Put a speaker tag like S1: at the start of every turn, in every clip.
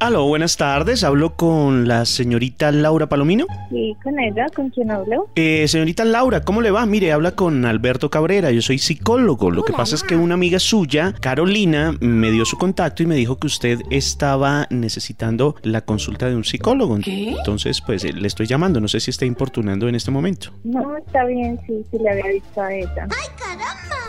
S1: Aló, buenas tardes. Hablo con la señorita Laura Palomino.
S2: ¿Y con ella? ¿Con quién hablo?
S1: Eh, señorita Laura, ¿cómo le va? Mire, habla con Alberto Cabrera. Yo soy psicólogo. Lo que pasa es que una amiga suya, Carolina, me dio su contacto y me dijo que usted estaba necesitando la consulta de un psicólogo. Entonces, pues eh, le estoy llamando. No sé si está importunando en este momento.
S2: No, está bien, sí, sí le había dicho a ella.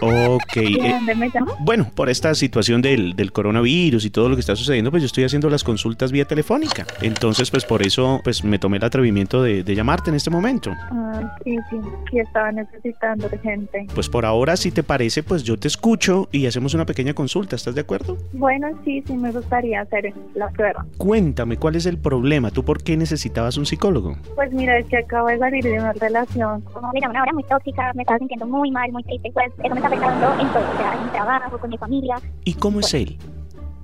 S1: Ok.
S2: ¿Y a
S1: eh,
S2: dónde me llamó?
S1: bueno, por esta situación del, del coronavirus y todo lo que está sucediendo, pues yo estoy haciendo las consultas vía telefónica. Entonces, pues por eso, pues me tomé el atrevimiento de, de llamarte en este momento.
S2: Ah, sí, sí, sí, estaba necesitando gente.
S1: Pues por ahora, si te parece, pues yo te escucho y hacemos una pequeña consulta. ¿Estás de acuerdo?
S2: Bueno, sí, sí, me gustaría hacer la prueba.
S1: Cuéntame, ¿cuál es el problema? ¿Tú por qué necesitabas un psicólogo?
S2: Pues mira, es que acabo de salir de una relación.
S3: como mira, una hora muy tóxica, me estaba sintiendo muy mal, muy triste, pues eso me está afectando en todo, o sea, en mi trabajo, con mi familia.
S1: ¿Y cómo es él?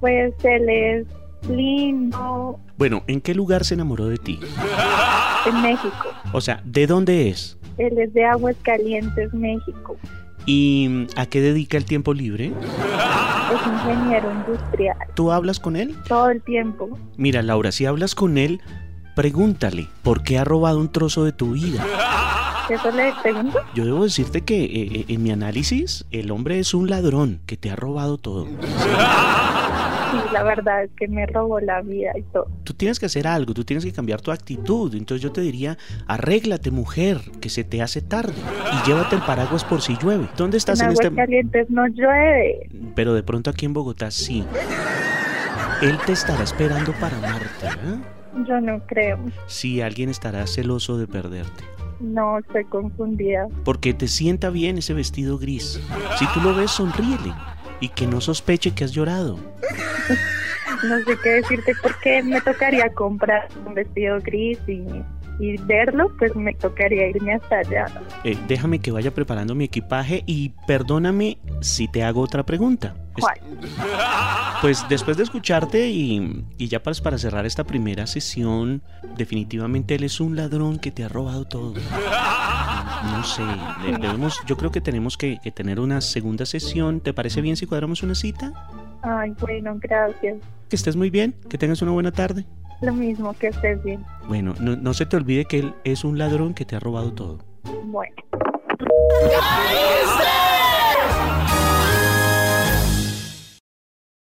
S2: Pues él es lindo
S1: Bueno, ¿en qué lugar se enamoró de ti?
S2: en México.
S1: O sea, ¿de dónde es?
S2: Él es de Aguascalientes, México.
S1: ¿Y mm, a qué dedica el tiempo libre?
S2: Es ingeniero industrial.
S1: ¿Tú hablas con él?
S2: Todo el tiempo.
S1: Mira, Laura, si hablas con él, pregúntale, ¿por qué ha robado un trozo de tu vida?
S2: ¿Eso le pregunto?
S1: Yo debo decirte que eh, eh, en mi análisis, el hombre es un ladrón que te ha robado todo.
S2: Sí, la verdad es que me robó la vida y todo.
S1: Tú tienes que hacer algo, tú tienes que cambiar tu actitud. Entonces yo te diría, arréglate mujer, que se te hace tarde. Y llévate el paraguas por si llueve. ¿Dónde estás
S2: en
S1: en este...
S2: Aguascalientes no llueve.
S1: Pero de pronto aquí en Bogotá sí. Él te estará esperando para amarte. ¿eh?
S2: Yo no creo.
S1: Sí, alguien estará celoso de perderte.
S2: No, estoy confundida.
S1: Porque te sienta bien ese vestido gris. Si tú lo ves, sonríele. Y que no sospeche que has llorado.
S2: No sé qué decirte porque me tocaría comprar un vestido gris y, y verlo, pues me tocaría irme hasta allá.
S1: Eh, déjame que vaya preparando mi equipaje y perdóname si te hago otra pregunta. Es-
S2: ¿Cuál?
S1: Pues después de escucharte y, y ya para, para cerrar esta primera sesión, definitivamente él es un ladrón que te ha robado todo. No sé, le- debemos, yo creo que tenemos que, que tener una segunda sesión. ¿Te parece bien si cuadramos una cita?
S2: Ay, bueno, gracias.
S1: Que estés muy bien, que tengas una buena tarde.
S2: Lo mismo que estés bien.
S1: Bueno, no, no se te olvide que él es un ladrón que te ha robado todo.
S2: Bueno.